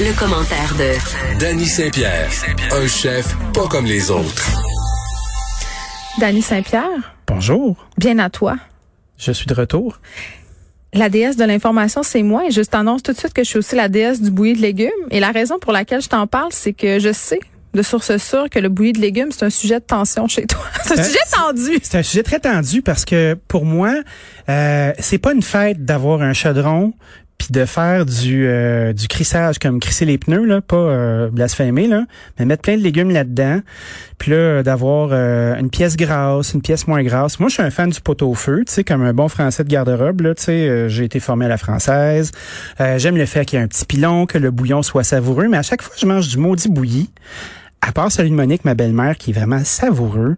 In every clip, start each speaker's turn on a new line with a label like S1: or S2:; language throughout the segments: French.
S1: le commentaire de
S2: Danny Saint-Pierre, un chef pas comme les autres.
S3: Dany Saint-Pierre,
S4: Bonjour,
S3: bien à toi.
S4: je suis de retour.
S3: La déesse de l'information, c'est moi. Et je t'annonce tout de suite que je suis aussi la déesse du bouilli de légumes. Et la raison pour laquelle je t'en parle, c'est que je sais de source sûre que le bouilli de légumes, c'est un sujet de tension chez toi. c'est un
S4: Euh,
S3: sujet tendu.
S4: C'est un sujet très tendu parce que pour moi, euh, c'est pas une fête d'avoir un chaudron puis de faire du euh, du crissage comme crisser les pneus là, pas euh, blasphémer là, mais mettre plein de légumes là-dedans, puis là euh, d'avoir euh, une pièce grasse, une pièce moins grasse. Moi, je suis un fan du pot au feu, tu sais, comme un bon français de garde-robe là, tu sais, euh, j'ai été formé à la française. Euh, J'aime le fait qu'il y ait un petit pilon, que le bouillon soit savoureux, mais à chaque fois que je mange du maudit bouilli, à part celui de Monique, ma belle-mère, qui est vraiment savoureux,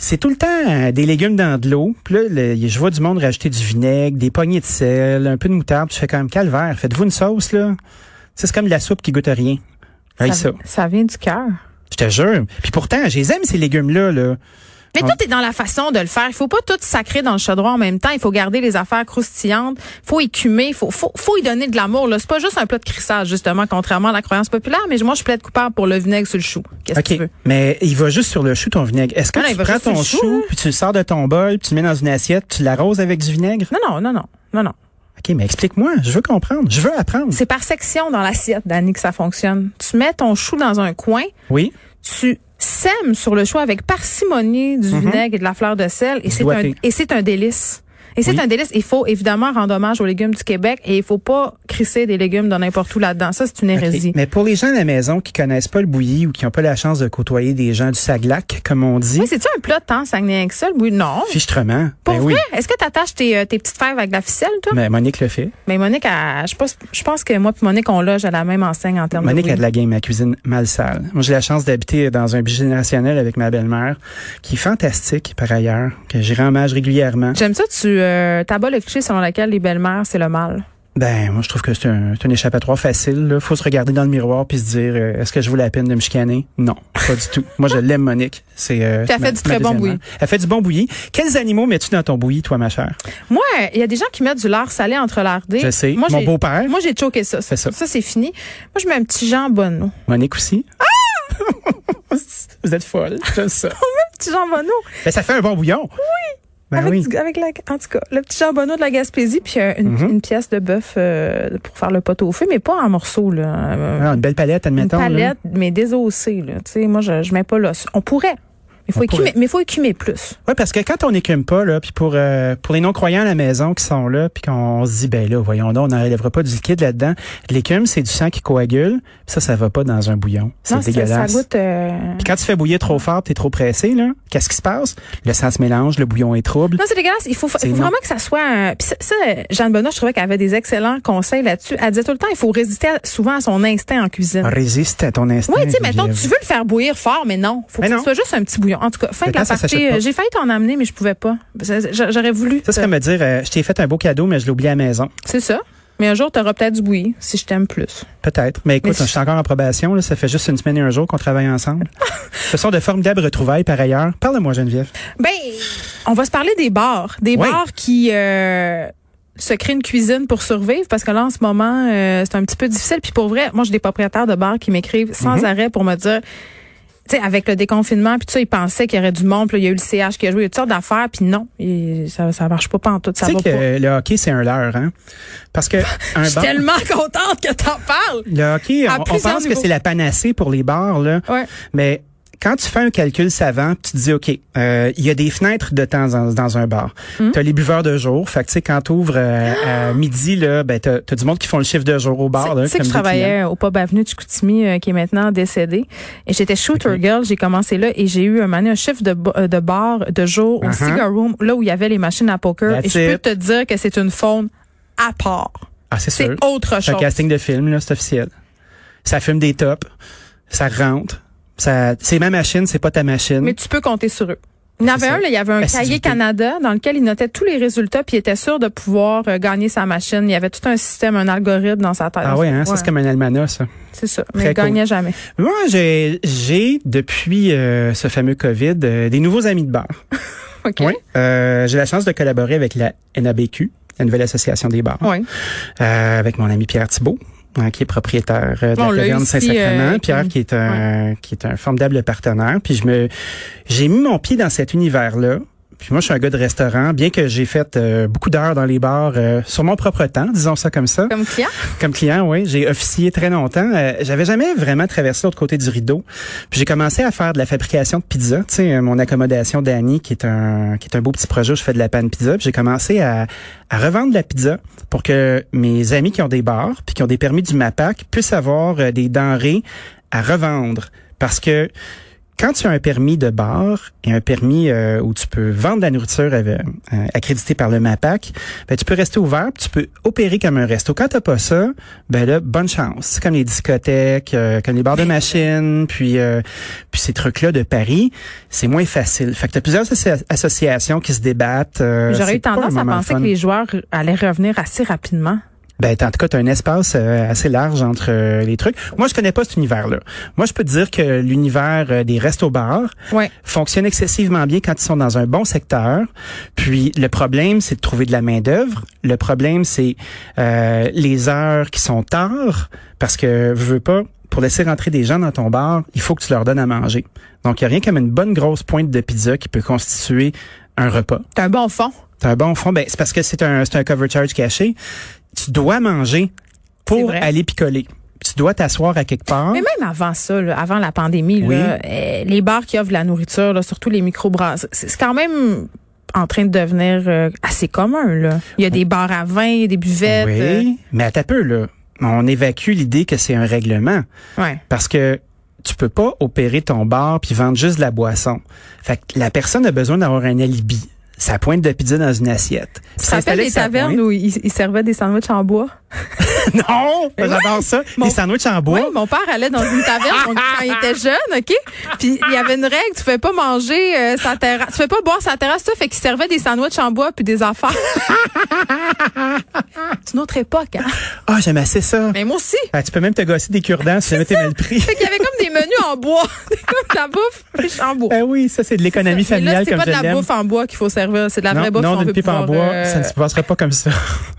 S4: c'est tout le temps euh, des légumes dans de l'eau. Puis là, le- je vois du monde rajouter du vinaigre, des poignées de sel, un peu de moutarde. Puis Je fais quand même calvaire. Faites-vous une sauce, là. Ça, C'est comme de la soupe qui goûte à rien. Hey, ça.
S3: vient du cœur.
S4: Je te jure. Puis pourtant, je les aime, ces légumes-là, là.
S3: Mais tout est dans la façon de le faire. Il faut pas tout sacrer dans le chaudron en même temps. Il faut garder les affaires croustillantes. faut écumer. faut, faut, faut y donner de l'amour. là. C'est pas juste un plat de crissage, justement, contrairement à la croyance populaire. Mais moi, je plaide coupable pour le vinaigre sur le chou. Qu'est-ce que tu
S4: OK.
S3: veux?
S4: Mais il va juste sur le chou, ton vinaigre. Est-ce que
S3: Ah non,
S4: tu
S3: il va
S4: prends
S3: juste sur
S4: ton
S3: le
S4: chou,
S3: chou, hein?
S4: puis tu le sors de ton bol, puis tu le mets dans une assiette, puis tu l'arroses avec du vinaigre?
S3: Non, non, non, non. Non, non.
S4: OK, mais explique-moi. Je veux comprendre. Je veux apprendre.
S3: C'est par section dans l'assiette, Dani, que ça fonctionne. Tu mets ton chou dans un coin,
S4: Oui.
S3: tu sèmes sur le chou avec parcimonie
S4: Mhm.
S3: du vinaigre et de la fleur de sel, et c'est un,
S4: doigté.
S3: et c'est un délice. Et c'est
S4: Oui.
S3: un délice. Il faut évidemment rendre hommage aux légumes du Québec et il faut pas crisser des légumes de n'importe où là-dedans. Ça, c'est une
S4: OK.
S3: hérésie.
S4: Mais pour les gens à la maison qui connaissent pas le bouilli ou qui n'ont pas la chance de côtoyer des gens du saglac, comme on dit,
S3: Oui, c'est-tu un plat tant saguenay que ça, le bouillon? Non.
S4: fichtrement.
S3: Pour
S4: ben
S3: vrai,
S4: oui.
S3: est-ce que t'attaches tes, euh, tes petites fèves avec de la ficelle, toi?
S4: Mais Monique le fait.
S3: Mais Monique, elle- je pense, je pense que moi et Monique, on loge à la même enseigne en termes
S4: Monique
S3: de
S4: a de
S3: bouillie.
S4: la game à cuisine mal sale. Moi, j'ai la chance d'habiter dans un bigénérationnel avec ma belle-mère, qui est fantastique par ailleurs, que j'y rends hommage régulièrement.
S3: J'aime ça, tu euh, t'abats le cliché selon lequel les belles-mères, c'est le mal.
S4: Ben, moi, je trouve que c'est un, c'est un échappatoire facile. Là. Faut se regarder dans le miroir puis se dire, euh, est-ce que je vaut la peine de me chicaner Non, pas du tout. Moi, je l'aime, Monique. C'est. euh,
S3: Puis elle
S4: ma-
S3: fait du
S4: ma
S3: très bon
S4: deuxième
S3: bouilli.
S4: mère. Elle fait du bon bouilli. Quels animaux mets-tu dans ton bouilli, toi, ma chère
S3: Moi, il y a des gens qui mettent du lard salé entre lardés.
S4: Je sais.
S3: Eh, Moi,
S4: Mon
S3: j'ai-
S4: beau-père.
S3: Moi, j'ai choqué ça.
S4: Fais ça.
S3: c'est fini. Moi, je mets un petit jambonneau.
S4: Monique aussi.
S3: Ah!
S4: Vous êtes folle, j'aime ça.
S3: Un petit jambonneau.
S4: Ben, ça fait un bon bouillon. Oui. Ben
S3: avec,
S4: oui.
S3: du- avec la, en tout cas, le petit jambonneau de la Gaspésie, puis euh, une,
S4: Mm-hmm.
S3: une pièce de bœuf euh, pour faire le pot au feu, mais pas en morceaux, là. Euh,
S4: Ah, une belle palette,
S3: une
S4: admettons. là.
S3: palette, mais désossée, là. Tu sais, moi, je, je mets pas l'os. On pourrait. Mais faut
S4: On
S3: écumer,
S4: pourrait.
S3: mais faut écumer plus.
S4: Ouais, parce que quand on écume pas là, puis pour euh, pour les non-croyants à la maison qui sont là, puis qu'on se dit ben là, voyons donc, on n'enlèvera pas du liquide là-dedans. L'écume, c'est du sang qui coagule. puis Ça, ça va pas dans un bouillon.
S3: Non,
S4: C'est dégueulasse.
S3: Ça goûte. euh,
S4: Puis quand tu fais bouillir trop fort, t'es trop pressé là. Qu'est-ce qui se passe Le sang se mélange, le bouillon est trouble.
S3: Non, c'est dégueulasse. Il faut, fa-
S4: C'est
S3: faut
S4: non.
S3: vraiment que ça soit un. Puis ça, ça, Jeanne Benoît, je trouvais qu'elle avait des excellents conseils là-dessus. Elle disait tout le temps, il faut résister à- souvent à son instinct en cuisine.
S4: Résiste à ton instinct.
S3: Oui, tu sais, mettons,
S4: Geneviève.
S3: tu veux le faire bouillir fort, mais non. Faut que
S4: Mais
S3: ce
S4: non.
S3: soit juste un petit bouillon. En tout cas, fin
S4: Le
S3: de la
S4: temps, ça
S3: partie.
S4: s'achète pas.
S3: euh, J'ai failli t'en emmener, mais je pouvais pas. C'est- j'a- J'aurais voulu.
S4: Ça, c'est comme me dire, euh, je t'ai fait un beau cadeau, mais je l'ai oublié à la maison.
S3: C'est ça. Mais un jour, t'auras peut-être du bouilli, si je t'aime plus.
S4: Peut-être. Mais écoute,
S3: Mais-
S4: je suis encore en probation. Là. Ça fait juste une semaine et un jour qu'on travaille ensemble. Ce sont de formidables retrouvailles par ailleurs. Parle-moi, Geneviève.
S3: Ben, on va se parler des bars. Des
S4: Oui.
S3: bars qui euh, se créent une cuisine pour survivre parce que là, en ce moment, euh, c'est un petit peu difficile. Puis pour vrai, moi, j'ai des propriétaires de bars qui m'écrivent sans
S4: Mhm.
S3: arrêt pour me dire. Tu sais, avec le déconfinement, puis tout ça, ils pensaient qu'il y aurait du monde. Puis là, il y a eu le CH qui a joué, il y a eu toutes sortes d'affaires. Puis non, il- ça, ça marche pas en tout. Ça
S4: tu sais
S3: va
S4: que
S3: pas.
S4: le hockey, c'est un leurre, hein? Parce que
S3: Je
S4: un
S3: suis
S4: bar.
S3: tellement contente que t'en parles.
S4: Le hockey,
S3: À
S4: on, on
S3: plusieurs
S4: pense que
S3: niveaux.
S4: c'est la panacée pour les bars, là.
S3: Ouais.
S4: Mais quand tu fais un calcul savant, tu te dis, OK, euh, il y a des fenêtres de temps dans, dans un bar.
S3: Hmm?
S4: Tu as les buveurs de jour. Fait que, tu sais, quand tu ouvres à midi, là, ben, tu as, du monde qui font le chiffre de jour au bar. là,
S3: Tu sais que
S4: comme
S3: je
S4: des clients.
S3: travaillais au pub Avenue de Chicoutimi, euh, qui est maintenant décédé. Et j'étais shooter girl. J'ai commencé là et j'ai eu un moment donné, un chiffre de, bo- euh, de bar de jour au
S4: Uh-huh.
S3: cigar room, là où il y avait les machines à poker.
S4: That's
S3: et je peux
S4: it.
S3: te dire que c'est une faune à part.
S4: Ah, c'est sûr.
S3: C'est autre
S4: C'est un
S3: chose.
S4: casting de film, là, c'est officiel. Ça fume des tops, ça rentre, ça, c'est ma machine, c'est pas ta machine.
S3: Mais tu peux compter sur eux. Il y en
S4: C'est
S3: avait
S4: ça.
S3: un, là, il y avait un cahier
S4: Assiduité.
S3: Canada dans lequel il notait tous les résultats puis il était sûr de pouvoir euh, gagner sa machine. Il y avait tout un système, un algorithme dans sa tête.
S4: ah ouais, hein, ça c'est comme un almanach, ça.
S3: C'est ça. Mais
S4: Très
S3: il gagnait jamais.
S4: Moi, j'ai, j'ai depuis euh, ce fameux Covid euh, des nouveaux amis de bar.
S3: OK.
S4: Oui. Euh, j'ai la chance de collaborer avec la NABQ, la nouvelle association des bars,
S3: Ouais.
S4: euh, avec mon ami Pierre Thibault. hein, qui est propriétaire euh, de
S3: On
S4: la
S3: l'a eu
S4: taverne
S3: ici,
S4: Saint-Sacrement,
S3: euh,
S4: Pierre
S3: Kim.
S4: qui est un qui est un formidable partenaire. Puis je me j'ai mis mon pied dans cet univers là. Puis moi, je suis un gars de restaurant, bien que j'ai fait euh, beaucoup d'heures dans les bars euh, sur mon propre temps, disons ça comme ça.
S3: Comme client?
S4: Comme client, oui, j'ai officié très longtemps. Euh, J'avais jamais vraiment traversé l'autre côté du rideau. Puis j'ai commencé à faire de la fabrication de pizza. Tu sais, euh, mon accommodation d'Annie, qui est un qui est un beau petit projet, où je fais de la panne pizza. Puis j'ai commencé à, à revendre de la pizza pour que mes amis qui ont des bars puis qui ont des permis du MAPAC puissent avoir euh, des denrées à revendre. Parce que quand tu as un permis de bar et un permis euh, où tu peux vendre de la nourriture avec- euh, accrédité par le MAPAC, ben, tu peux rester ouvert, puis tu peux opérer comme un resto. Quand t'as pas ça, ben là, bonne chance. C'est comme les discothèques, euh, comme les bars de machines, puis euh, puis ces trucs-là de Paris, c'est moins facile. Fait que t'as plusieurs associa- associations qui se débattent. euh,
S3: J'aurais
S4: c'est
S3: eu
S4: pas
S3: tendance
S4: un
S3: à
S4: moment
S3: penser
S4: fun.
S3: que les joueurs allaient revenir assez rapidement.
S4: Ben, t'as- en tout cas, t'as un espace euh, assez large entre euh, les trucs. Moi, je connais pas cet univers-là. Moi, je peux te dire que l'univers euh, des restos-bars
S3: Ouais.
S4: fonctionne excessivement bien quand ils sont dans un bon secteur. Puis, le problème, c'est de trouver de la main-d'œuvre. Le problème, c'est euh, les heures qui sont tard, parce que, je veux pas, pour laisser rentrer des gens dans ton bar, il faut que tu leur donnes à manger. Donc, il y a rien comme une bonne grosse pointe de pizza qui peut constituer un repas.
S3: T'as un bon fond.
S4: T'as un bon fond. Ben, c'est parce que c'est un, c'est un cover charge caché. Tu dois manger
S3: C'est
S4: pour
S3: vrai.
S4: aller picoler. Tu dois t'asseoir à quelque part.
S3: Mais même avant ça, là, avant la pandémie,
S4: Oui.
S3: là, euh, les bars qui offrent de la nourriture, là, surtout les microbrasses, c'est c'est quand même en train de devenir euh, assez commun. Là. Il y a des bars à vin, il y a des buvettes. euh,
S4: oui. Mais à ta peu, là. On évacue l'idée que c'est un règlement.
S3: ouais.
S4: Parce que tu peux pas opérer ton bar puis vendre juste de la boisson. Fait que la personne a besoin d'avoir un alibi. Sa pointe de pizza dans une assiette.
S3: Tu te rappelles les tavernes où ils, ils servaient des sandwichs en bois?
S4: Non! J'adore ça.
S3: Mon-
S4: Les sandwichs en
S3: Oui,
S4: bois.
S3: mon père allait dans une taverne donc, quand il était jeune, OK? Puis il y avait une règle, tu ne pouvais pas manger euh, sa terrasse, tu pouvais pas boire sa terrasse, ça fait qu'il servait des sandwichs en bois puis des affaires. C'est une autre époque, hein?
S4: Ah, j'aime assez ça.
S3: Mais moi aussi!
S4: Ah, tu peux même te gosser des cure-dents si jamais t'es mal pris.
S3: Fait qu'il y avait comme des menus en bois. C'est comme de la bouffe riche en bois.
S4: Ben oui, ça, c'est de l'économie
S3: Mais là,
S4: familiale
S3: c'est
S4: comme
S3: pas de
S4: je
S3: la
S4: l'aime.
S3: bouffe en bois qu'il faut servir, c'est de la
S4: non,
S3: vraie bouffe
S4: non,
S3: qu'on
S4: d'une
S3: veut
S4: pipe en
S3: pouvoir,
S4: bois,
S3: euh,
S4: ça ne se passera pas comme ça.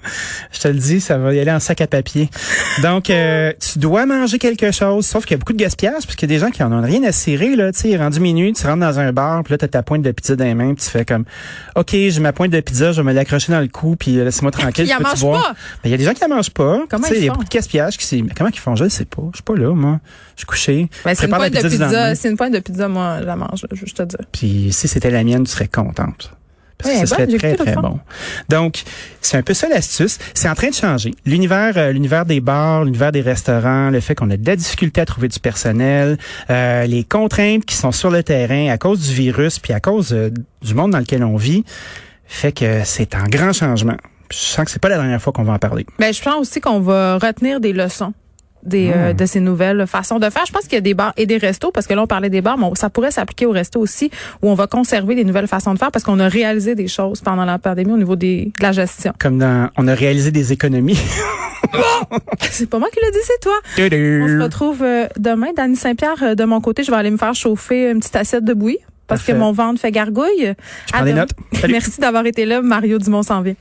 S4: Je te le dis, ça va y aller en sac à papier. Donc, euh, tu dois manger quelque chose, sauf qu'il y a beaucoup de gaspillage, parce qu'il y a des gens qui en ont rien à cirer, là, tu sais, rendu minuit, tu rentres dans un bar, puis là, t'as ta pointe de pizza dans les mains, puis tu fais comme, OK, j'ai ma pointe de pizza, je vais me l'accrocher dans le cou, puis euh, laisse-moi tranquille,
S3: Ils en
S4: je peux-tu
S3: mangent
S4: boire?
S3: pas.
S4: Ben, il y a des gens qui la mangent pas.
S3: Comment
S4: Tu sais,
S3: ils
S4: Il y a
S3: font?
S4: beaucoup de gaspillage qui s'est, mais comment ils font? Je ne sais pas. Je suis pas là, moi. Je suis couché.
S3: Ben, c'est une
S4: Prépare la
S3: pointe de
S4: pizza du lendemain.
S3: pizza. C'est une pointe de pizza, moi, je la mange, je je te dis.
S4: Puis si c'était la mienne, tu serais contente. Parce
S3: Ouais,
S4: que ce
S3: bonne,
S4: serait
S3: Eh ben, j'ai
S4: très,
S3: goûté
S4: très
S3: l'autre
S4: bon. Donc, c'est un peu ça l'astuce. C'est en train de changer. L'univers euh, l'univers des bars, l'univers des restaurants, le fait qu'on a de la difficulté à trouver du personnel, euh, les contraintes qui sont sur le terrain à cause du virus, puis à cause euh, du monde dans lequel on vit, fait que c'est un grand changement. Je sens que c'est pas la dernière fois qu'on va en parler.
S3: Ben, je pense aussi qu'on va retenir des leçons des,
S4: Hmm.
S3: euh, de ces nouvelles façons de faire. Je pense qu'il y a des bars et des restos, parce que là, on parlait des bars, mais on- ça pourrait s'appliquer aux restos aussi, où on va conserver les nouvelles façons de faire, parce qu'on a réalisé des choses pendant la pandémie au niveau des, de la gestion.
S4: Comme dans, on a réalisé des économies.
S3: C'est pas moi qui l'ai dit, c'est toi. On se retrouve euh, demain. Dany Saint-Pierre, euh, de mon côté, je vais aller me faire chauffer une petite assiette de bouillie, parce
S4: Parfait.
S3: que mon ventre fait gargouille.
S4: Je prends des
S3: demain.
S4: notes. Salut.
S3: Merci d'avoir été là. Mario Dumont s'en vient.